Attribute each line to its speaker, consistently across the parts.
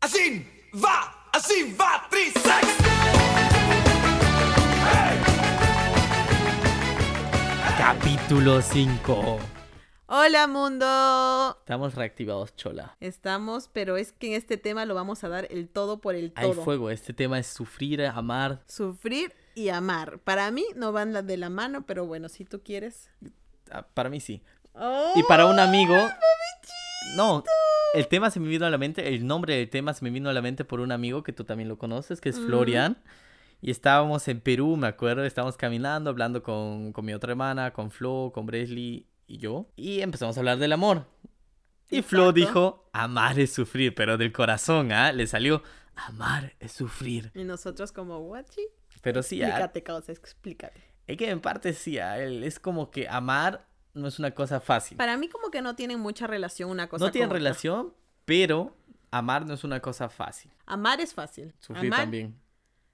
Speaker 1: Así va, así va, Trisex.
Speaker 2: Capítulo 5.
Speaker 3: Hola mundo.
Speaker 2: Estamos reactivados, Chola.
Speaker 3: Estamos, pero es que en este tema lo vamos a dar el todo por el
Speaker 2: Hay
Speaker 3: todo.
Speaker 2: fuego. Este tema es sufrir, amar.
Speaker 3: Sufrir y amar. Para mí no van la- de la mano, pero bueno, si tú quieres.
Speaker 2: Ah, Para mí sí.
Speaker 3: ¡Oh!
Speaker 2: Y para un amigo. No, el tema se me vino a la mente. El nombre del tema se me vino a la mente por un amigo que tú también lo conoces, que es Florian. Y estábamos en Perú, me acuerdo. Estábamos caminando, hablando con, con mi otra hermana, con Flo, con Bresley y yo. Y empezamos a hablar del amor. Y Flo
Speaker 3: Exacto.
Speaker 2: dijo: Amar es sufrir, pero del corazón, ¿ah? Le salió: Amar es sufrir.
Speaker 3: Y nosotros como, guachi,
Speaker 2: Pero sí, ah,
Speaker 3: explícate, causa, explícate.
Speaker 2: Es que en parte sí, a él es como que amar no es una cosa fácil.
Speaker 3: Para mí como que no tienen mucha relación una cosa
Speaker 2: no tienen
Speaker 3: con otra.
Speaker 2: relación, pero amar no es una cosa fácil.
Speaker 3: Amar es fácil.
Speaker 2: Sufrir
Speaker 3: Amar-
Speaker 2: también.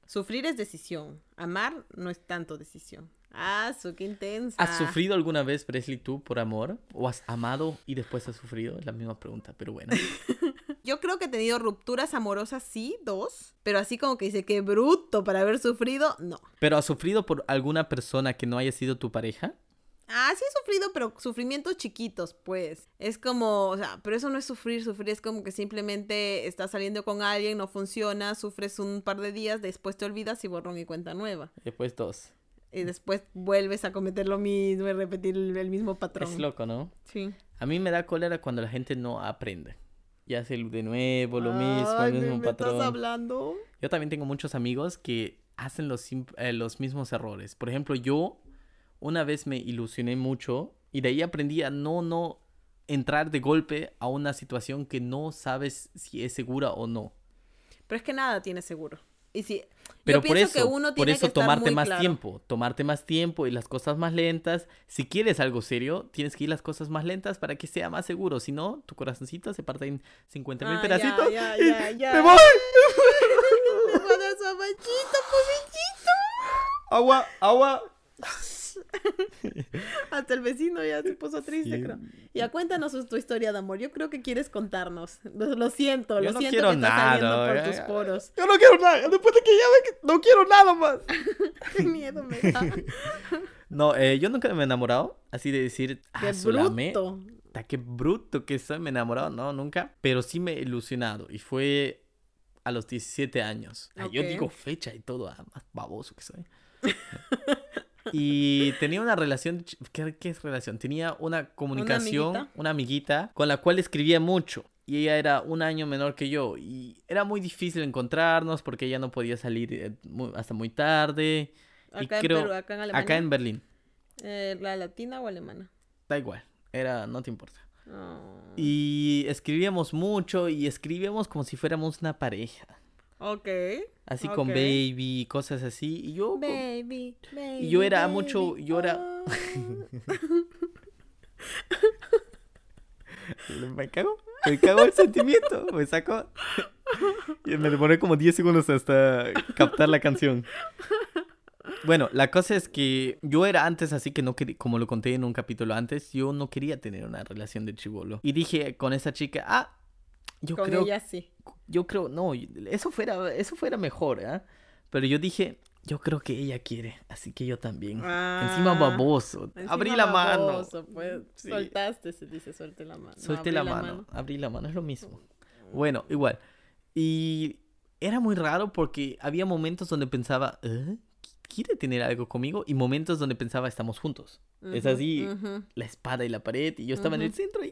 Speaker 3: Sufrir es decisión. Amar no es tanto decisión. Ah, su qué intensa.
Speaker 2: ¿Has sufrido alguna vez, Presley, tú por amor? ¿O has amado y después has sufrido? Es la misma pregunta, pero bueno.
Speaker 3: Yo creo que he tenido rupturas amorosas, sí, dos, pero así como que dice que bruto para haber sufrido, no.
Speaker 2: ¿Pero has sufrido por alguna persona que no haya sido tu pareja?
Speaker 3: Ah, sí he sufrido, pero sufrimientos chiquitos, pues. Es como, o sea, pero eso no es sufrir, sufrir es como que simplemente estás saliendo con alguien, no funciona, sufres un par de días, después te olvidas y borrón y cuenta nueva.
Speaker 2: Después dos.
Speaker 3: Y después vuelves a cometer lo mismo y repetir el, el mismo patrón.
Speaker 2: Es loco, ¿no?
Speaker 3: Sí.
Speaker 2: A mí me da cólera cuando la gente no aprende. Y hace de nuevo lo mismo,
Speaker 3: Ay,
Speaker 2: el
Speaker 3: ¿me-
Speaker 2: mismo
Speaker 3: me
Speaker 2: patrón.
Speaker 3: estás hablando?
Speaker 2: Yo también tengo muchos amigos que hacen los, sim- eh, los mismos errores. Por ejemplo, yo una vez me ilusioné mucho y de ahí aprendí a no, no entrar de golpe a una situación que no sabes si es segura o no.
Speaker 3: Pero es que nada tiene seguro. Y si,
Speaker 2: Pero
Speaker 3: yo
Speaker 2: por
Speaker 3: pienso
Speaker 2: eso,
Speaker 3: que uno
Speaker 2: por
Speaker 3: tiene que
Speaker 2: eso
Speaker 3: estar
Speaker 2: tomarte
Speaker 3: muy
Speaker 2: más
Speaker 3: claro.
Speaker 2: tiempo, tomarte más tiempo y las cosas más lentas. Si quieres algo serio, tienes que ir las cosas más lentas para que sea más seguro. Si no, tu corazoncito se parte en 50 mil
Speaker 3: Ah, ya,
Speaker 2: pedacitos.
Speaker 3: ya,
Speaker 2: y
Speaker 3: ya, ya.
Speaker 2: ¡Me voy!
Speaker 3: Me voy a dar su abachito, pobrecito.
Speaker 2: ¡Agua! ¡Agua!
Speaker 3: Hasta el vecino ya se puso triste,
Speaker 2: Sí.
Speaker 3: creo. Ya cuéntanos tu historia de amor. Yo creo que quieres contarnos. Lo, lo siento,
Speaker 2: Yo
Speaker 3: lo
Speaker 2: no
Speaker 3: siento
Speaker 2: quiero
Speaker 3: que está saliendo
Speaker 2: nada, ¿eh?
Speaker 3: por
Speaker 2: ya,
Speaker 3: tus
Speaker 2: ya.
Speaker 3: poros.
Speaker 2: Yo no quiero nada. Después de que ya ve que no quiero nada más.
Speaker 3: Qué miedo me da. Qué
Speaker 2: No, eh, yo nunca me he enamorado. Así de decir, ah, solame.
Speaker 3: bruto.
Speaker 2: Ta, qué bruto que soy, me he enamorado. No, nunca. Pero sí me he ilusionado. Y fue a los 17 años. Ah, Yo
Speaker 3: Ok.
Speaker 2: digo fecha y todo. ah, más baboso que soy. y tenía una relación. ch- ¿Qué, qué es relación? Tenía una comunicación, una amiguita?
Speaker 3: amiguita?
Speaker 2: con la cual escribía mucho. Y ella era un año menor que yo. Y era muy difícil encontrarnos porque ella no podía salir eh, muy- hasta muy tarde. Y
Speaker 3: Acá en
Speaker 2: creo-
Speaker 3: Perú, acá en Alemania.
Speaker 2: Acá en Berlín.
Speaker 3: Eh, ¿La latina o alemana?
Speaker 2: Da igual. Era, no te importa.
Speaker 3: Oh.
Speaker 2: Y escribíamos mucho y escribíamos como si fuéramos una pareja.
Speaker 3: Ok.
Speaker 2: Así con
Speaker 3: Ok.
Speaker 2: baby, cosas así. Y yo,
Speaker 3: Baby, baby.
Speaker 2: y yo era
Speaker 3: baby,
Speaker 2: mucho, yo era...
Speaker 3: oh.
Speaker 2: me cago, me cago el sentimiento, me saco... Y me demoré como 10 segundos hasta captar la canción. Bueno, la cosa es que yo era antes así que no quería, como lo conté en un capítulo antes, yo no quería tener una relación de chivolo. Y dije con esa chica, ah, yo
Speaker 3: Con
Speaker 2: creo
Speaker 3: ella sí.
Speaker 2: yo creo, no, eso fuera, eso fuera mejor, ¿ah? Pero yo dije, yo creo que ella quiere, así que yo también. Encima
Speaker 3: Ah,
Speaker 2: baboso. abrí la mano.
Speaker 3: baboso, pues.
Speaker 2: Sí.
Speaker 3: Soltaste, se dice, suelte la mano. Mm. No,
Speaker 2: Solté
Speaker 3: abrí
Speaker 2: la, mano. Abrí la mano, es lo mismo. Bueno, igual. Y era muy raro porque había momentos donde pensaba, "¿Eh? ¿quiere tener algo conmigo? Y momentos donde pensaba, estamos juntos. Es
Speaker 3: Ujú,
Speaker 2: así,
Speaker 3: ujú.
Speaker 2: la espada y la pared y yo estaba en el
Speaker 3: Ujú.
Speaker 2: centro y...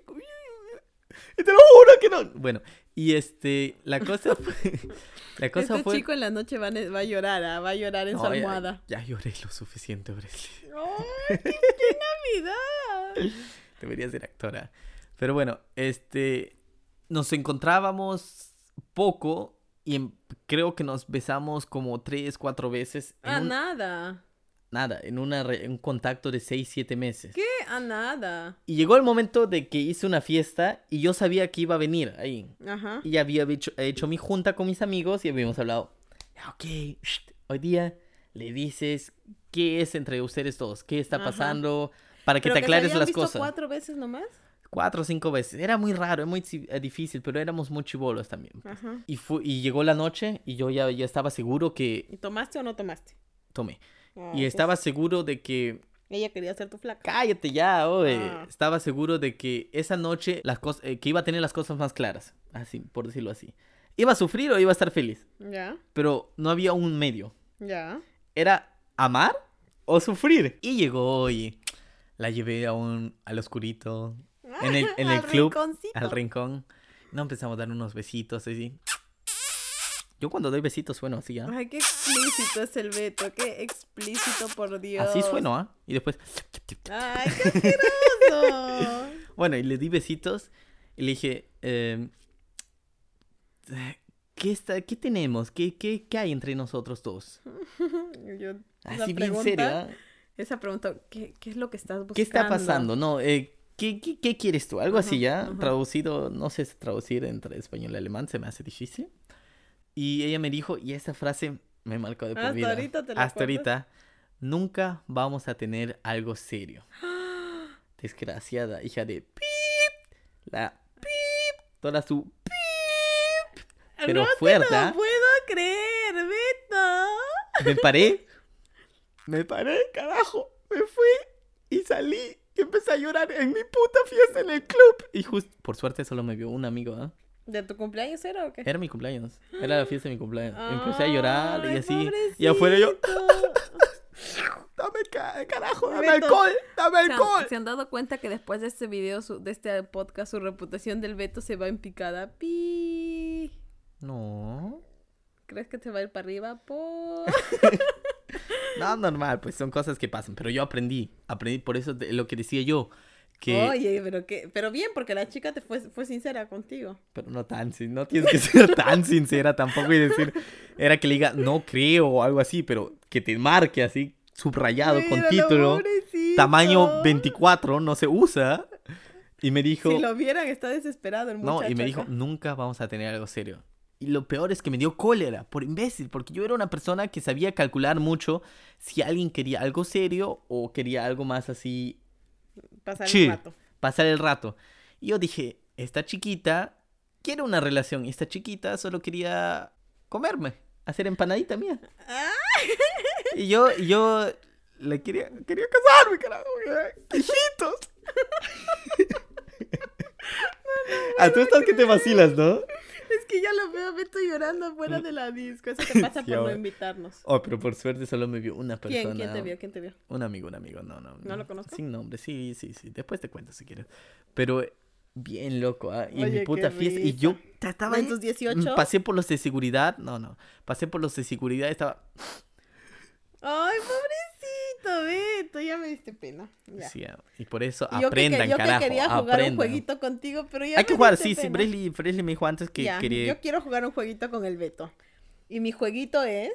Speaker 2: y te lo juro que no. Bueno, y este, la cosa fue... la cosa
Speaker 3: Este
Speaker 2: fue...
Speaker 3: chico en la noche va, a ne- va a llorar, ah, va a llorar en su
Speaker 2: No, ya-
Speaker 3: almohada.
Speaker 2: Ya, lloré lo suficiente, Bresley.
Speaker 3: ¡Ay, qué, qué Navidad!
Speaker 2: Debería ser actora. Pero bueno, este. Nos encontrábamos poco y en- creo que nos besamos como tres, cuatro veces. en
Speaker 3: A
Speaker 2: un-
Speaker 3: nada.
Speaker 2: Nada, en una re- en un contacto de seis, siete meses.
Speaker 3: ¿Qué? A nada.
Speaker 2: Y llegó el momento de que hice una fiesta y yo sabía que iba a venir ahí.
Speaker 3: Ajá.
Speaker 2: Y había hecho, hecho mi junta con mis amigos y habíamos hablado. "Ya, Ok, shht, hoy día le dices qué es entre ustedes todos, qué está
Speaker 3: Ajá.
Speaker 2: pasando, para que
Speaker 3: Pero
Speaker 2: te
Speaker 3: se
Speaker 2: aclares
Speaker 3: habían
Speaker 2: las
Speaker 3: visto
Speaker 2: cosas.
Speaker 3: cuatro veces nomás?
Speaker 2: cuatro o cinco veces. Era muy raro, era muy ci- eh, difícil, pero éramos muy chivolos también.
Speaker 3: Ajá.
Speaker 2: Y, fu- y llegó la noche y yo ya, ya estaba seguro que
Speaker 3: ¿Y tomaste o no tomaste?
Speaker 2: tomé.
Speaker 3: Ah,
Speaker 2: Y
Speaker 3: pues,
Speaker 2: estaba seguro de que...
Speaker 3: Ella quería ser tu flaca.
Speaker 2: Cállate ya, oye.
Speaker 3: Ah.
Speaker 2: Estaba seguro de que esa noche las cosas, que iba a tener las cosas más claras, así, por decirlo así. Iba a sufrir o iba a estar feliz,
Speaker 3: Ya,
Speaker 2: pero no había un medio.
Speaker 3: ya.
Speaker 2: era amar o sufrir. Y llegó y la llevé a un, al oscurito, en el, en el
Speaker 3: Al
Speaker 2: club,
Speaker 3: rinconcito.
Speaker 2: al rincón. No empezamos a dar unos besitos así. Yo cuando doy besitos sueno así, ¿ah?
Speaker 3: Ay, qué explícito es el Beto, qué explícito, por Dios.
Speaker 2: Así sueno, ¿ah? Y después,
Speaker 3: Ay, qué asqueroso.
Speaker 2: bueno, y le di besitos y le dije, eh, ¿qué, está, ¿qué tenemos? ¿Qué, qué, ¿Qué hay entre nosotros dos?
Speaker 3: Yo, esa
Speaker 2: Así bien
Speaker 3: pregunta,
Speaker 2: serio, ¿ah?
Speaker 3: Esa pregunta, ¿qué, qué es lo que estás buscando?
Speaker 2: ¿Qué está pasando? No, eh, ¿qué, qué, qué quieres tú? Algo así
Speaker 3: Ajá,
Speaker 2: ya,
Speaker 3: ajá.
Speaker 2: traducido, no sé traducir entre español y alemán, se me hace difícil. Y ella me dijo, y esa frase me marcó de por
Speaker 3: Hasta
Speaker 2: vida.
Speaker 3: ahorita te la
Speaker 2: Hasta
Speaker 3: acuerdas.
Speaker 2: ahorita, nunca vamos a tener algo serio. Desgraciada, hija de pip, la pip, toda su pip, pero
Speaker 3: no
Speaker 2: fuerte.
Speaker 3: te
Speaker 2: ¿ah?
Speaker 3: lo puedo creer, Beto.
Speaker 2: Me paré. Me paré, carajo. Me fui y salí. Y empecé a llorar en mi puta fiesta en el club. Y justo, por suerte, solo me vio un amigo, ¿ah?
Speaker 3: ¿De tu cumpleaños era o qué?
Speaker 2: Era mi cumpleaños. Era la fiesta de mi cumpleaños. Eh, empecé a llorar y
Speaker 3: Ay,
Speaker 2: así. Y afuera yo, "Ah,
Speaker 3: pobrecito.
Speaker 2: dame ca- carajo, dame
Speaker 3: Beto.
Speaker 2: alcohol, dame
Speaker 3: ¿Se han,
Speaker 2: alcohol.
Speaker 3: se han dado cuenta que después de este video, su- de este podcast, su reputación del Beto se va en picada. Pi.
Speaker 2: No.
Speaker 3: ¿Crees que se va a ir para arriba? Po.
Speaker 2: No, normal, pues son cosas que pasan. Pero yo aprendí. Aprendí, por eso de- lo que decía yo. Que.
Speaker 3: Oye, pero que, pero bien, porque la chica te fue, fue sincera contigo.
Speaker 2: Pero no tan sin- no tienes que ser tan sincera tampoco y decir, era que le diga, no creo o algo así, pero que te marque así, subrayado con
Speaker 3: Míralo,
Speaker 2: título,
Speaker 3: pobrecito.
Speaker 2: tamaño 24, no se usa. Y me dijo,
Speaker 3: Si lo vieran, está desesperado el muchacho.
Speaker 2: no, y me dijo,
Speaker 3: acá.
Speaker 2: nunca vamos a tener algo serio. Y lo peor es que me dio cólera por imbécil, porque yo era una persona que sabía calcular mucho si alguien quería algo serio o quería algo más así
Speaker 3: Pasar el
Speaker 2: chill,
Speaker 3: rato.
Speaker 2: pasar el rato. Y yo dije, esta chiquita quiere una relación. Esta chiquita solo quería comerme, hacer empanadita mía.
Speaker 3: Ah.
Speaker 2: Y yo, y yo le quería, quería casarme, carajo. ¿eh? Hijitos. ah, tú estás que te vacilas, ¿no?
Speaker 3: Es que ya lo veo a Beto llorando afuera de la disco. Eso te pasa
Speaker 2: Mm. Sí,
Speaker 3: por no
Speaker 2: ahora.
Speaker 3: invitarnos.
Speaker 2: Oh, pero por suerte solo me vio una persona.
Speaker 3: ¿Quién? ¿Quién te vio? ¿Quién te vio?
Speaker 2: Un amigo, un amigo, no, no.
Speaker 3: ¿No lo conozco?
Speaker 2: Sin nombre, sí, sí, sí. Después te cuento si quieres. Pero bien loco, ¿ah? Y
Speaker 3: Oye,
Speaker 2: mi
Speaker 3: qué
Speaker 2: puta fiesta. Y
Speaker 3: risa.
Speaker 2: yo estaba.
Speaker 3: ¿En
Speaker 2: ahí,
Speaker 3: tus 18?
Speaker 2: Pasé por los de seguridad. No, no. Pasé por los de seguridad. Estaba.
Speaker 3: Ay, pobrecito, Beto, ya me diste pena. Ya.
Speaker 2: Sí, ah, y por eso
Speaker 3: Y yo que-
Speaker 2: aprendan,
Speaker 3: yo que
Speaker 2: carajo.
Speaker 3: quería jugar
Speaker 2: aprendan.
Speaker 3: un jueguito contigo, pero ya
Speaker 2: Hay que
Speaker 3: me
Speaker 2: jugar,
Speaker 3: diste
Speaker 2: sí, sí.
Speaker 3: pena.
Speaker 2: Presley, Presley me dijo antes que
Speaker 3: Ya,
Speaker 2: quería.
Speaker 3: Yo quiero jugar un jueguito con el Beto. Y mi jueguito es...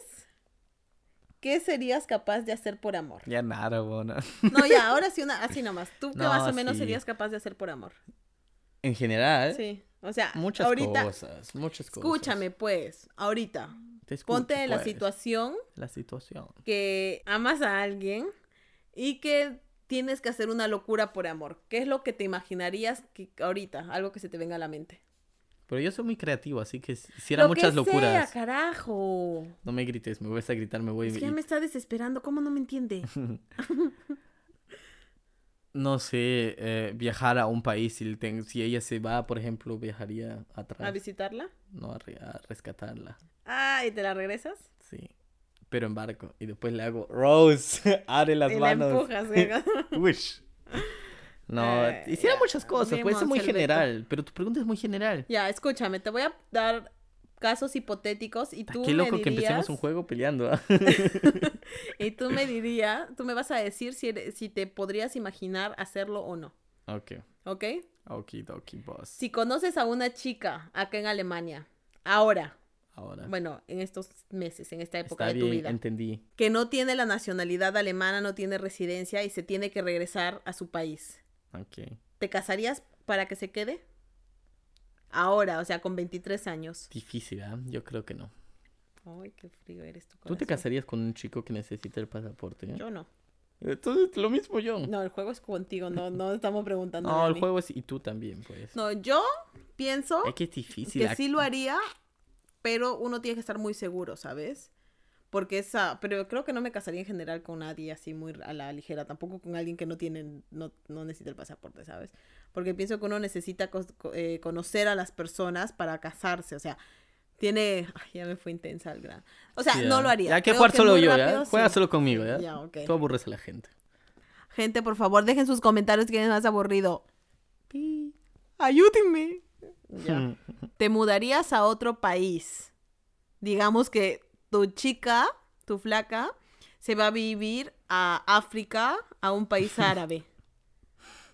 Speaker 3: ¿Qué serías capaz de hacer por amor?
Speaker 2: Ya nada, bueno.
Speaker 3: No, ya, ahora sí, una, así nomás. ¿Tú qué
Speaker 2: No,
Speaker 3: más o menos
Speaker 2: sí.
Speaker 3: serías capaz de hacer por amor?
Speaker 2: En general,
Speaker 3: Sí, o sea,
Speaker 2: muchas
Speaker 3: ahorita...
Speaker 2: cosas. Muchas cosas.
Speaker 3: Escúchame, pues, ahorita.
Speaker 2: Te escucho,
Speaker 3: Ponte en la
Speaker 2: pues,
Speaker 3: situación
Speaker 2: La situación.
Speaker 3: que amas a alguien y que tienes que hacer una locura por amor. ¿Qué es lo que te imaginarías que ahorita? Algo que se te venga a la mente.
Speaker 2: Pero yo soy muy creativo, así que si- hiciera
Speaker 3: Lo que
Speaker 2: muchas locuras.
Speaker 3: Sea, carajo.
Speaker 2: No me grites, me vuelves a gritar, me voy
Speaker 3: Es que ya
Speaker 2: y-
Speaker 3: me está desesperando. ¿Cómo no me entiende?
Speaker 2: No sé, eh, viajar a un país, si, ten- si ella se va, por ejemplo, viajaría atrás,
Speaker 3: ¿A visitarla?
Speaker 2: no a, re- a rescatarla,
Speaker 3: Ah, ¿y te la regresas?
Speaker 2: sí. Pero en barco, y después le hago, Rose, abre las
Speaker 3: y la
Speaker 2: manos.
Speaker 3: empujas. güey.
Speaker 2: Wish. No,
Speaker 3: Eh,
Speaker 2: hiciera
Speaker 3: ya,
Speaker 2: muchas cosas, pues eso es
Speaker 3: vemos
Speaker 2: muy
Speaker 3: el veto.
Speaker 2: general, pero tu pregunta es muy general.
Speaker 3: ya, escúchame. Te voy a dar casos hipotéticos y tú
Speaker 2: Ah, Qué
Speaker 3: me
Speaker 2: loco que empecemos
Speaker 3: dirías...
Speaker 2: un juego peleando. ¿ah?
Speaker 3: Y tú me dirías... Tú me vas a decir si, eres- si te podrías imaginar hacerlo o no.
Speaker 2: ok,
Speaker 3: ¿Ok?
Speaker 2: okidoki, boss.
Speaker 3: Si conoces a una chica acá en Alemania, ahora,
Speaker 2: Ahora,
Speaker 3: bueno, en estos meses, en esta época
Speaker 2: Ah. está
Speaker 3: de tu
Speaker 2: bien,
Speaker 3: vida,
Speaker 2: entendí.
Speaker 3: que no tiene la nacionalidad alemana, no tiene residencia y se tiene que regresar a su país,
Speaker 2: Ok.
Speaker 3: ¿te casarías para que se quede? Ahora, o sea, con 23 años.
Speaker 2: Difícil, ¿ah? Yo creo que no.
Speaker 3: Ay, qué frío eres tú.
Speaker 2: ¿Tú te casarías con un chico que necesita el pasaporte? eh?
Speaker 3: Yo no.
Speaker 2: Entonces, lo mismo yo. No,
Speaker 3: No, el juego es contigo, no, no estamos preguntando.
Speaker 2: el juego Eh, es y tú también, pues.
Speaker 3: No, yo pienso
Speaker 2: Es que es difícil.
Speaker 3: que
Speaker 2: ac-
Speaker 3: sí lo haría, pero uno tiene que estar muy seguro, ¿sabes? Porque esa, pero creo que no me casaría en general con nadie así muy a la ligera, tampoco con alguien que no tiene, no, no necesita el pasaporte, ¿sabes? Porque pienso que uno necesita cos- co- eh, conocer a las personas para casarse, o sea, tiene, ay, ya me fue intensa el gran. O sea,
Speaker 2: Sí,
Speaker 3: no
Speaker 2: ya.
Speaker 3: lo haría.
Speaker 2: Ya hay que
Speaker 3: Creo
Speaker 2: jugar solo
Speaker 3: muy
Speaker 2: yo,
Speaker 3: rápido,
Speaker 2: ¿ya? Juega
Speaker 3: sí.
Speaker 2: solo conmigo, ¿ya?
Speaker 3: Ya, ok.
Speaker 2: Tú aburres a la gente.
Speaker 3: Gente, por favor, dejen sus comentarios quién es más aburrido. Pi. Ayúdenme. Ya.
Speaker 2: Mm.
Speaker 3: ¿Te mudarías a otro país? Digamos que tu chica, tu flaca, se va a vivir a África, a un país árabe.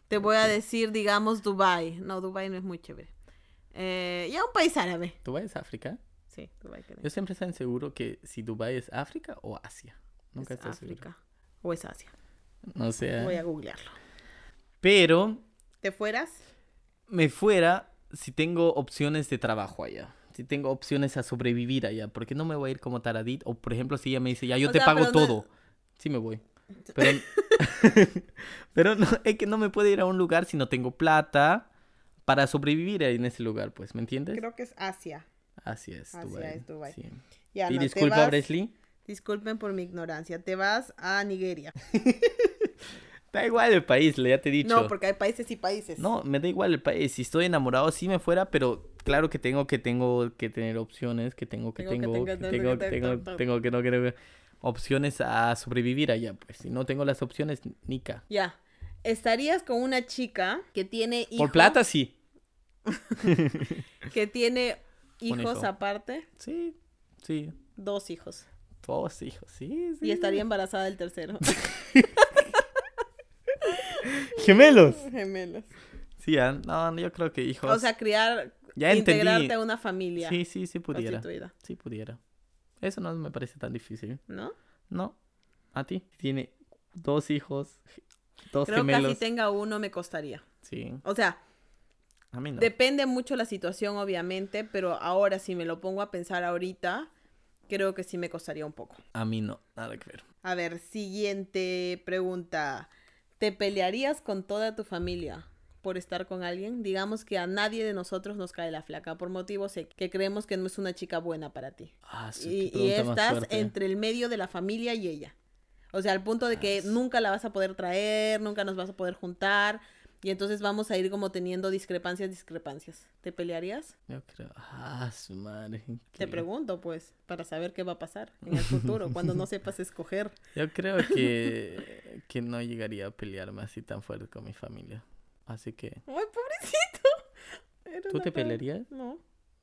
Speaker 3: Te voy a decir, digamos, Dubai. No, Dubai no es muy chévere. Eh, ya un país árabe.
Speaker 2: ¿Dubái es África?
Speaker 3: Sí, Dubai creo.
Speaker 2: Yo siempre estoy seguro que si Dubái es África o Asia. Nunca
Speaker 3: es
Speaker 2: estoy seguro.
Speaker 3: África. O es Asia.
Speaker 2: No sé. ¿eh?
Speaker 3: Voy a googlearlo.
Speaker 2: Pero
Speaker 3: ¿Te fueras?
Speaker 2: me fuera si tengo opciones de trabajo allá. Si tengo opciones a sobrevivir allá. Porque no me voy a ir como taradit. O por ejemplo, si ella me dice, ya yo
Speaker 3: O
Speaker 2: te
Speaker 3: sea,
Speaker 2: pago
Speaker 3: pero no-
Speaker 2: todo. Sí me voy. Pero, pero no, es que no me puedo ir a un lugar si no tengo plata para sobrevivir ahí en ese lugar, pues. ¿Me entiendes?
Speaker 3: que es Asia.
Speaker 2: Así es,
Speaker 3: Asia
Speaker 2: Dubái.
Speaker 3: es Dubái.
Speaker 2: sí.
Speaker 3: Ya,
Speaker 2: y
Speaker 3: no, te
Speaker 2: disculpa,
Speaker 3: vas-
Speaker 2: Bresley.
Speaker 3: Disculpen por mi ignorancia. Te vas a Nigeria.
Speaker 2: Da igual el país, le- ya te he dicho.
Speaker 3: No, porque hay países y países.
Speaker 2: No, me da igual el país. Si estoy enamorado, sí me fuera, pero claro que tengo que tengo que tener opciones, que tengo que
Speaker 3: Tengo que
Speaker 2: tengo, que
Speaker 3: tengo,
Speaker 2: tengo,
Speaker 3: tengo que
Speaker 2: que tengo,
Speaker 3: tengo.
Speaker 2: tengo que no creo opciones a sobrevivir allá, pues. Si no tengo las opciones, nica.
Speaker 3: Ya. Estarías con una chica que tiene hijos.
Speaker 2: Por plata sí.
Speaker 3: Que tiene
Speaker 2: Un
Speaker 3: hijos
Speaker 2: hijo.
Speaker 3: aparte.
Speaker 2: Sí, sí.
Speaker 3: Dos hijos.
Speaker 2: Todos hijos, sí, sí.
Speaker 3: Y estaría embarazada del tercero.
Speaker 2: Gemelos.
Speaker 3: Gemelos.
Speaker 2: Sí, ah, no, yo creo que hijos.
Speaker 3: O sea, criar.
Speaker 2: Ya entendí.
Speaker 3: integrarte a una familia.
Speaker 2: sí, sí, sí pudiera.
Speaker 3: constituida,
Speaker 2: Sí pudiera. Eso no me parece tan difícil.
Speaker 3: ¿No?
Speaker 2: No. ¿A ti? Tiene dos hijos, dos
Speaker 3: Creo que
Speaker 2: gemelos.
Speaker 3: así tenga uno me costaría.
Speaker 2: Sí.
Speaker 3: O sea,
Speaker 2: A mí no.
Speaker 3: Depende mucho la situación, obviamente, pero ahora si me lo pongo a pensar ahorita, creo que sí me costaría un poco.
Speaker 2: A mí no, nada que ver.
Speaker 3: A ver, siguiente pregunta. ¿Te pelearías con toda tu familia por estar con alguien? Digamos que a nadie de nosotros nos cae la flaca por motivos e- que creemos que no es una chica buena para ti.
Speaker 2: Ah, sí,
Speaker 3: Y,
Speaker 2: qué
Speaker 3: y
Speaker 2: pregunta más
Speaker 3: estás
Speaker 2: fuerte.
Speaker 3: entre el medio de la familia y ella. O sea, al punto de que
Speaker 2: Ah, sí.
Speaker 3: nunca la vas a poder traer, nunca nos vas a poder juntar. Y entonces vamos a ir como teniendo discrepancias, discrepancias. ¿Te pelearías?
Speaker 2: Yo creo. Ah, su madre.
Speaker 3: Te
Speaker 2: que-
Speaker 3: pregunto, pues, para saber qué va a pasar en el futuro, cuando no sepas escoger.
Speaker 2: Yo creo que, que no llegaría a pelearme así tan fuerte con mi familia. Así que.
Speaker 3: ¡Ay, pobrecito! Era
Speaker 2: ¿Tú
Speaker 3: una
Speaker 2: te
Speaker 3: pena.
Speaker 2: pelearías?
Speaker 3: No.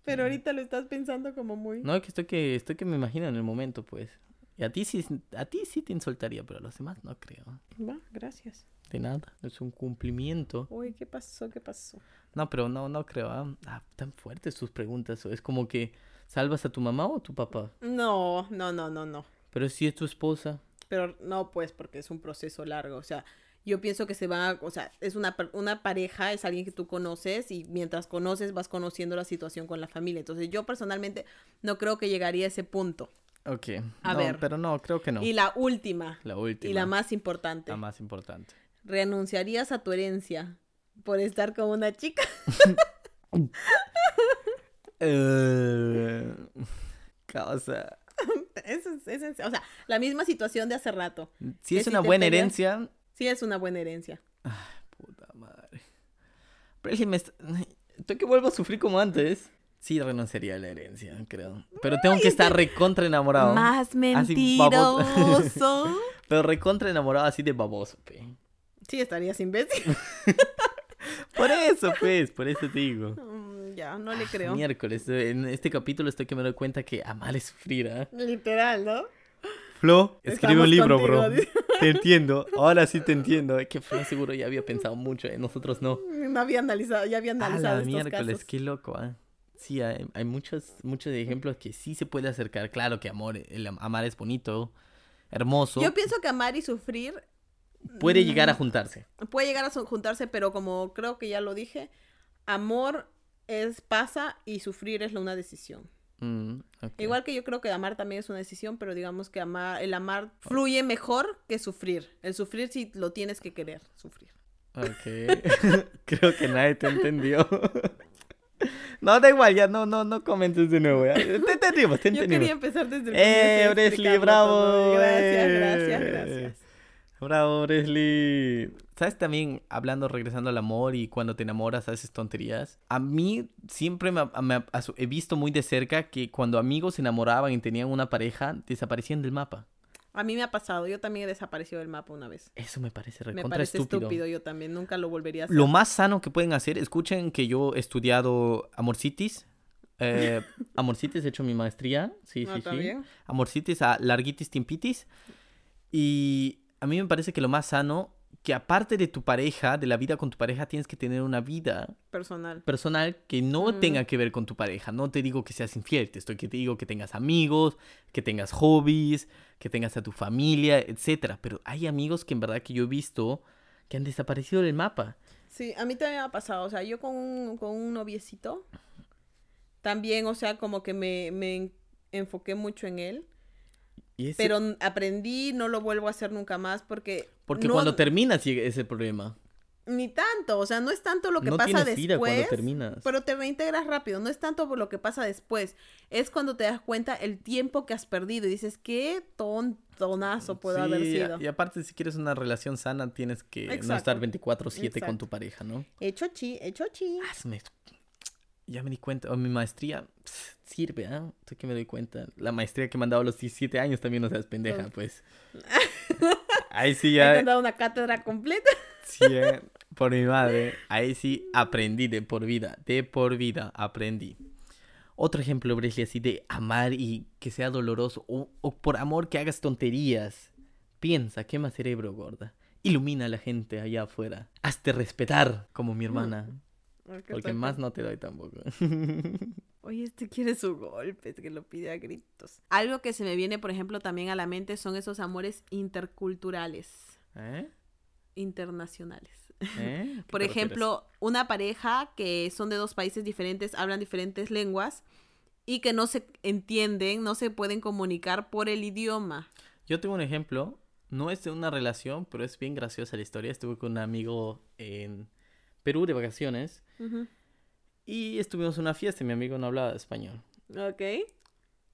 Speaker 3: Pero ahorita lo estás pensando como muy...
Speaker 2: No, es que estoy que estoy que me imagino en el momento, pues. Y a ti sí, a ti sí te insultaría, pero a los demás no creo.
Speaker 3: Va, gracias.
Speaker 2: De nada. Es un cumplimiento.
Speaker 3: Uy, ¿qué pasó? ¿Qué pasó?
Speaker 2: No, pero no, no creo. Ah, Ah, tan fuertes sus preguntas. Es como que salvas a tu mamá o a tu papá.
Speaker 3: No, no, no, no, no.
Speaker 2: Pero si es tu esposa.
Speaker 3: Pero no, pues, porque es un proceso largo. O sea, yo pienso que se va, a- o sea, es una, per- una pareja, es alguien que tú conoces y mientras conoces vas conociendo la situación con la familia. Entonces, yo personalmente no creo que llegaría a ese punto.
Speaker 2: Ok.
Speaker 3: A
Speaker 2: no,
Speaker 3: ver.
Speaker 2: Pero no, creo que no.
Speaker 3: Y la última,
Speaker 2: La última.
Speaker 3: y la más importante.
Speaker 2: La más importante.
Speaker 3: ¿Renunciarías a tu herencia por estar con una chica?
Speaker 2: Eh, causa.
Speaker 3: Eso es, es en- o sea, la misma situación de hace rato.
Speaker 2: Si
Speaker 3: ¿Que
Speaker 2: es
Speaker 3: si
Speaker 2: una
Speaker 3: te
Speaker 2: buena
Speaker 3: peleas?
Speaker 2: herencia.
Speaker 3: Sí, es una buena herencia.
Speaker 2: Puta madre. Pero es que me est- Estoy que vuelvo a sufrir como antes. Sí, renunciaría a la herencia, creo. Pero tengo que estar recontra enamorado.
Speaker 3: Más
Speaker 2: Así, babos-
Speaker 3: mentiroso.
Speaker 2: Pero recontra enamorado así de baboso, pe.
Speaker 3: sí, estarías imbécil.
Speaker 2: Por eso, pues, por eso te digo.
Speaker 3: Mm, ya, no
Speaker 2: Ah,
Speaker 3: le creo.
Speaker 2: Miércoles, eh, en este capítulo estoy que me doy cuenta que amar es sufrir, ¿ah?
Speaker 3: Literal, ¿no?
Speaker 2: Flo, escribe
Speaker 3: Estamos
Speaker 2: un libro,
Speaker 3: contigo,
Speaker 2: bro.
Speaker 3: dice.
Speaker 2: Te entiendo. Ahora sí te entiendo. Es que Flo seguro ya había pensado mucho, ¿eh? nosotros no.
Speaker 3: No había analizado, ya había
Speaker 2: A
Speaker 3: analizado
Speaker 2: la
Speaker 3: estos
Speaker 2: miércoles,
Speaker 3: casos.
Speaker 2: qué loco, ¿ah? Sí, hay, hay muchos, muchos ejemplos que sí se puede acercar. Claro que amor, el am- amar es bonito, hermoso.
Speaker 3: Yo Mm. pienso que amar y sufrir
Speaker 2: Puede llegar a juntarse.
Speaker 3: puede llegar a son- juntarse, pero como creo que ya lo dije, amor es pasa y sufrir es una decisión.
Speaker 2: Mm, ok.
Speaker 3: Igual que yo creo que amar también es una decisión, pero digamos que amar, el amar fluye mejor que sufrir. El sufrir si lo tienes que querer, sufrir.
Speaker 2: Ok. Creo que nadie te entendió. No, da igual, ya no, no, no comentes de nuevo. ya. Te entendimos, te
Speaker 3: Yo
Speaker 2: entendimos.
Speaker 3: quería empezar desde el
Speaker 2: ¡Eh,
Speaker 3: comienzo y
Speaker 2: Bresley,
Speaker 3: explicarlo
Speaker 2: bravo!
Speaker 3: todo. Gracias,
Speaker 2: eh.
Speaker 3: gracias, gracias.
Speaker 2: Bravo, Bresley. ¿Sabes también, hablando, regresando al amor y cuando te enamoras haces tonterías? A mí siempre me, me- asu- he visto muy de cerca que cuando amigos se enamoraban y tenían una pareja, desaparecían del mapa.
Speaker 3: A mí me ha pasado, yo también he desaparecido del mapa una vez.
Speaker 2: Eso me parece
Speaker 3: Me
Speaker 2: recontra
Speaker 3: parece estúpido.
Speaker 2: estúpido.
Speaker 3: yo también, nunca lo volvería a hacer.
Speaker 2: Lo más sano que pueden hacer, escuchen que yo he estudiado Amorcitis. Eh, Amorcitis, he hecho mi maestría. Sí,
Speaker 3: Ah,
Speaker 2: sí, sí.
Speaker 3: también.
Speaker 2: Amorcitis a Larguitis Timpitis. Y a mí me parece que lo más sano, que aparte de tu pareja, de la vida con tu pareja, tienes que tener una vida
Speaker 3: Personal.
Speaker 2: personal que no
Speaker 3: Mm.
Speaker 2: tenga que ver con tu pareja. No te digo que seas infiel, te estoy que te digo que tengas amigos, que tengas hobbies, que tengas a tu familia, etcétera. Pero hay amigos que en verdad que yo he visto que han desaparecido del mapa.
Speaker 3: Sí, a mí también me ha pasado, o sea, yo con un, con un noviecito, también, o sea, como que me, me en- enfoqué mucho en él,
Speaker 2: Y ese-
Speaker 3: pero n- aprendí, no lo vuelvo a hacer nunca más porque...
Speaker 2: Porque
Speaker 3: no-
Speaker 2: cuando terminas llega ese problema.
Speaker 3: Ni tanto, o sea, no es tanto lo que
Speaker 2: no
Speaker 3: pasa
Speaker 2: tienes
Speaker 3: después.
Speaker 2: vida cuando terminas.
Speaker 3: Pero te reintegras rápido, no es tanto por lo que pasa después, es cuando te das cuenta el tiempo que has perdido y dices, qué tontonazo puedo haber
Speaker 2: Mm, Sí,
Speaker 3: sido.
Speaker 2: Y aparte, si quieres una relación sana, tienes que no
Speaker 3: Exacto.
Speaker 2: estar 24-7 con
Speaker 3: Exacto.
Speaker 2: tu pareja, ¿no?
Speaker 3: Hecho chi, hecho chi.
Speaker 2: Hazme- Ya me di cuenta. o mi maestría pss, sirve, ¿ah? Estoy que me doy cuenta. La maestría que me han dado a los 17 años también no seas pendeja, pues. Ahí sí
Speaker 3: Ahí Te han
Speaker 2: ya. eh.
Speaker 3: dado una cátedra completa.
Speaker 2: sí, eh, por mi madre. Ahí sí aprendí de por vida. De por vida aprendí. Otro ejemplo, Bresley, así de amar y que sea doloroso. O, o por amor que hagas tonterías. Piensa, quema cerebro, gorda. Ilumina a la gente allá afuera. Hazte respetar, como mi hermana. Porque más no te doy tampoco.
Speaker 3: Oye, este quiere su golpe, este que lo pide a gritos. Algo que se me viene, por ejemplo, también a la mente son esos amores interculturales,
Speaker 2: ¿Eh?
Speaker 3: internacionales.
Speaker 2: ¿Eh? ¿A qué
Speaker 3: Por
Speaker 2: te refieres?
Speaker 3: ejemplo, una pareja que son de dos países diferentes, hablan diferentes lenguas y que no se entienden, no se pueden comunicar por el idioma.
Speaker 2: Yo tengo un ejemplo, no es de una relación, pero es bien graciosa la historia. Estuve con un amigo en Perú de vacaciones y estuvimos en una fiesta y mi amigo no hablaba español.
Speaker 3: Ok.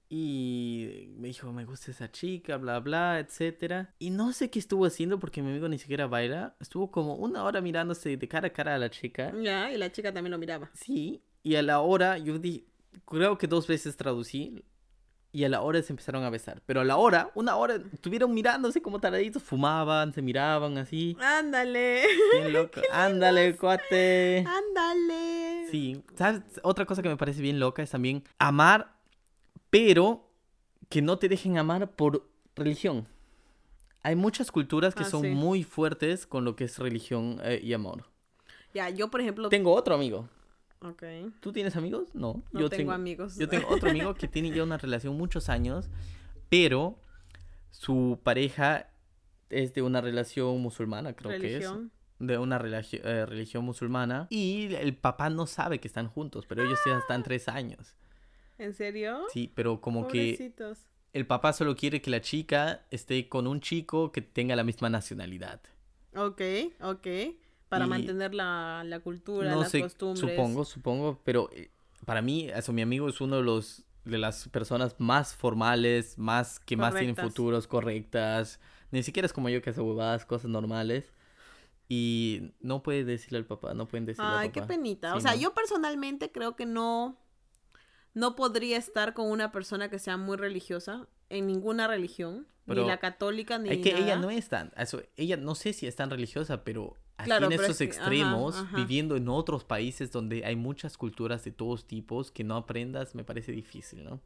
Speaker 2: Y me dijo, me gusta esa chica, bla, bla, etcétera. Y no sé qué estuvo haciendo porque mi amigo ni siquiera baila. Estuvo como una hora mirándose de cara a cara a la chica.
Speaker 3: Ya, y la chica también lo miraba.
Speaker 2: Sí, y a la hora, yo di, creo que dos veces traducí, y a la hora se empezaron a besar. Pero a la hora, una hora, estuvieron mirándose como taraditos, fumaban, se miraban así.
Speaker 3: Ándale,
Speaker 2: Bien loco. Ándale, cuate.
Speaker 3: ándale.
Speaker 2: Sí, ¿sabes? Otra cosa que me parece bien loca es también amar, pero que no te dejen amar por religión. Hay muchas culturas que
Speaker 3: Ah,
Speaker 2: son
Speaker 3: sí.
Speaker 2: muy fuertes con lo que es religión eh, y amor.
Speaker 3: Ya, yo por ejemplo...
Speaker 2: Tengo otro amigo.
Speaker 3: Ok.
Speaker 2: ¿Tú tienes amigos? No.
Speaker 3: No tengo amigos.
Speaker 2: Yo tengo otro amigo que tiene ya una relación muchos años, pero su pareja es de una relación musulmana, creo que es.
Speaker 3: Religión.
Speaker 2: De una relagi- eh, religión musulmana. Y el papá no sabe que están juntos, pero ellos ya están tres años.
Speaker 3: ¿En serio?
Speaker 2: Sí, pero como que
Speaker 3: Pobrecitos.
Speaker 2: el papá solo quiere que la chica esté con un chico que tenga la misma nacionalidad.
Speaker 3: Ok, ok. Para
Speaker 2: Y-
Speaker 3: mantener la, la cultura,
Speaker 2: no
Speaker 3: las
Speaker 2: sé,
Speaker 3: costumbres.
Speaker 2: supongo, supongo, pero eh, para mí, eso, mi amigo es uno de los de las personas más formales, más que más tienen
Speaker 3: Correctas.
Speaker 2: futuros, correctas. Ni siquiera es como yo que hace huevadas, cosas normales. Y no puede decirle al papá, no pueden decirle
Speaker 3: Ay,
Speaker 2: al papá.
Speaker 3: qué penita. o
Speaker 2: Sí,
Speaker 3: sea,
Speaker 2: ¿no?
Speaker 3: yo personalmente creo que no, no podría estar con una persona que sea muy religiosa en ninguna religión,
Speaker 2: Pero
Speaker 3: ni la católica, ni
Speaker 2: Es que ella
Speaker 3: nada.
Speaker 2: no es tan, eso, ella no sé si es tan religiosa, pero así
Speaker 3: Claro,
Speaker 2: en
Speaker 3: pero
Speaker 2: esos
Speaker 3: es que- ajá,
Speaker 2: extremos,
Speaker 3: ajá.
Speaker 2: viviendo en otros países donde hay muchas culturas de todos tipos, que no aprendas, me parece difícil, ¿no?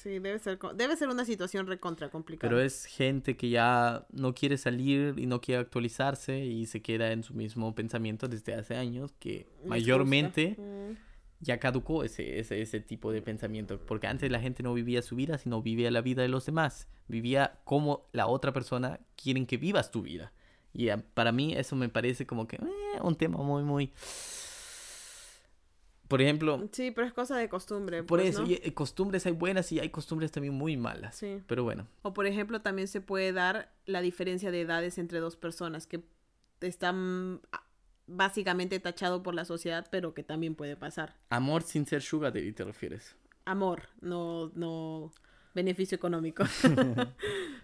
Speaker 3: Sí, debe ser, co- debe ser una situación recontra complicada.
Speaker 2: Pero es gente que ya no quiere salir y no quiere actualizarse y se queda en su mismo pensamiento desde hace años que
Speaker 3: Me
Speaker 2: mayormente
Speaker 3: asusta. Mm.
Speaker 2: ya caducó ese, ese, ese tipo de pensamiento. Porque antes la gente no vivía su vida, sino vivía la vida de los demás. Vivía como la otra persona quieren que vivas tu vida. Y ah, a- para mí eso me parece como que eh, un tema muy, muy... por ejemplo,
Speaker 3: Sí, pero es cosa de costumbre.
Speaker 2: por
Speaker 3: pues,
Speaker 2: eso,
Speaker 3: ¿no?
Speaker 2: y, eh, costumbres hay buenas y hay costumbres también muy malas.
Speaker 3: Sí.
Speaker 2: Pero bueno,
Speaker 3: O por ejemplo, también se puede dar la diferencia de edades entre dos personas que están ah, básicamente tachado por la sociedad, pero que también puede pasar.
Speaker 2: amor sin ser sugar daddy te refieres.
Speaker 3: Amor, no, no beneficio económico.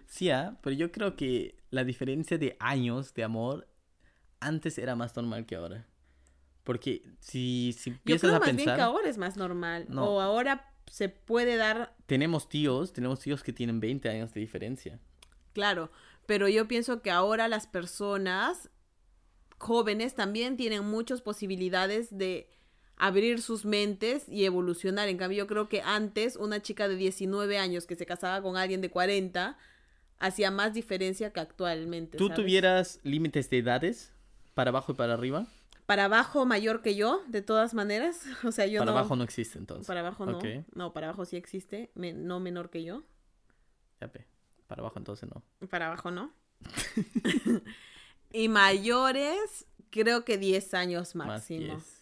Speaker 2: Sí, ah, pero yo creo que la diferencia de años de amor antes era más normal que ahora. Porque si, si
Speaker 3: Yo
Speaker 2: empiezas
Speaker 3: creo
Speaker 2: a
Speaker 3: más bien
Speaker 2: pensar,
Speaker 3: que ahora es más normal.
Speaker 2: No.
Speaker 3: O ahora se puede dar,
Speaker 2: tenemos tíos, tenemos tíos que tienen 20 años de diferencia.
Speaker 3: claro, pero yo pienso que ahora las personas jóvenes también tienen muchas posibilidades de abrir sus mentes y evolucionar. En cambio, yo creo que antes una chica de 19 años que se casaba con alguien de 40 hacía más diferencia que actualmente.
Speaker 2: ¿Tú
Speaker 3: ¿sabes?
Speaker 2: tuvieras límites de edades? ¿Para abajo y para arriba?
Speaker 3: Para abajo mayor que yo, de todas maneras. O sea, yo
Speaker 2: para
Speaker 3: no...
Speaker 2: abajo no existe entonces.
Speaker 3: Para abajo no.
Speaker 2: Pues, Ok.
Speaker 3: No, para abajo sí existe. me- no menor que yo.
Speaker 2: Ya pe. Para abajo entonces no.
Speaker 3: Para abajo no. y mayores, creo que 10 años
Speaker 2: Más
Speaker 3: máximo.
Speaker 2: 10.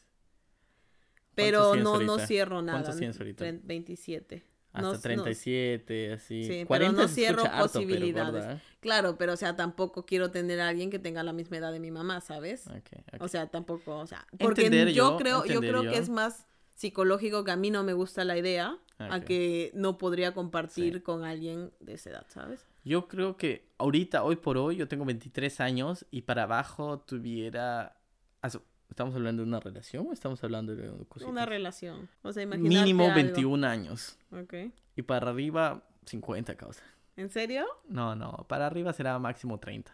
Speaker 3: pero
Speaker 2: ¿Cuántos
Speaker 3: no,
Speaker 2: tienes
Speaker 3: no
Speaker 2: ahorita?
Speaker 3: cierro nada.
Speaker 2: ¿Cuántos tienes ahorita?
Speaker 3: Tre- 27.
Speaker 2: Hasta
Speaker 3: No- no-
Speaker 2: 37, así.
Speaker 3: Sí, pero
Speaker 2: 40
Speaker 3: no
Speaker 2: se
Speaker 3: cierro
Speaker 2: escucha harto, pero
Speaker 3: posibilidades.
Speaker 2: gorda, ¿eh?
Speaker 3: Claro, pero o sea, tampoco quiero tener a alguien que tenga la misma edad de mi mamá, ¿sabes?
Speaker 2: Ah, Ok, ok.
Speaker 3: O sea, tampoco, o sea, porque
Speaker 2: Entender
Speaker 3: yo,
Speaker 2: yo,
Speaker 3: creo, yo
Speaker 2: entender
Speaker 3: creo que
Speaker 2: yo.
Speaker 3: es más psicológico que a mí no me gusta la idea a
Speaker 2: Ok.
Speaker 3: que no podría compartir
Speaker 2: Sí.
Speaker 3: con alguien de esa edad, ¿sabes?
Speaker 2: Yo creo que ahorita, hoy por hoy, yo tengo 23 años y para abajo tuviera... Ah, su- ¿Estamos hablando de una relación o estamos hablando de cositas?
Speaker 3: Una relación. O sea, imagínate
Speaker 2: Pues Mínimo
Speaker 3: algo.
Speaker 2: 21 años.
Speaker 3: Ok.
Speaker 2: Y para arriba, 50 causa.
Speaker 3: ¿En serio?
Speaker 2: No, no, para arriba será máximo 30.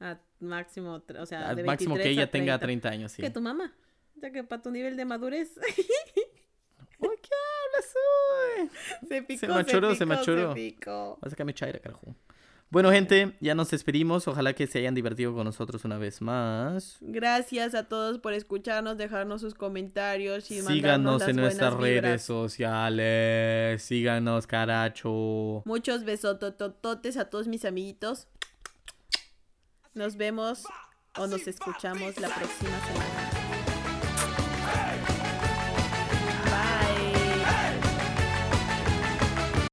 Speaker 3: A máximo, tre- o sea,
Speaker 2: Al
Speaker 3: Ah, de
Speaker 2: máximo que
Speaker 3: 23 a
Speaker 2: ella tenga 30 años, sí.
Speaker 3: Que tu mamá. Ya que para tu nivel de madurez.
Speaker 2: Uy, ¿qué hablas? Uy?
Speaker 3: se picó.
Speaker 2: machoró, se
Speaker 3: picó,
Speaker 2: machoró.
Speaker 3: picó.
Speaker 2: Vas a sacarme chaira, carajo. Bueno, gente, ya nos despedimos. Ojalá que se hayan divertido con nosotros una vez más.
Speaker 3: Gracias a todos por escucharnos, dejarnos sus comentarios y mandarnos
Speaker 2: Síganos
Speaker 3: las
Speaker 2: en
Speaker 3: buenas
Speaker 2: nuestras
Speaker 3: vibras.
Speaker 2: redes sociales. Síganos, caracho.
Speaker 3: Muchos besotototes a todos mis amiguitos. Nos vemos o nos escuchamos la próxima semana.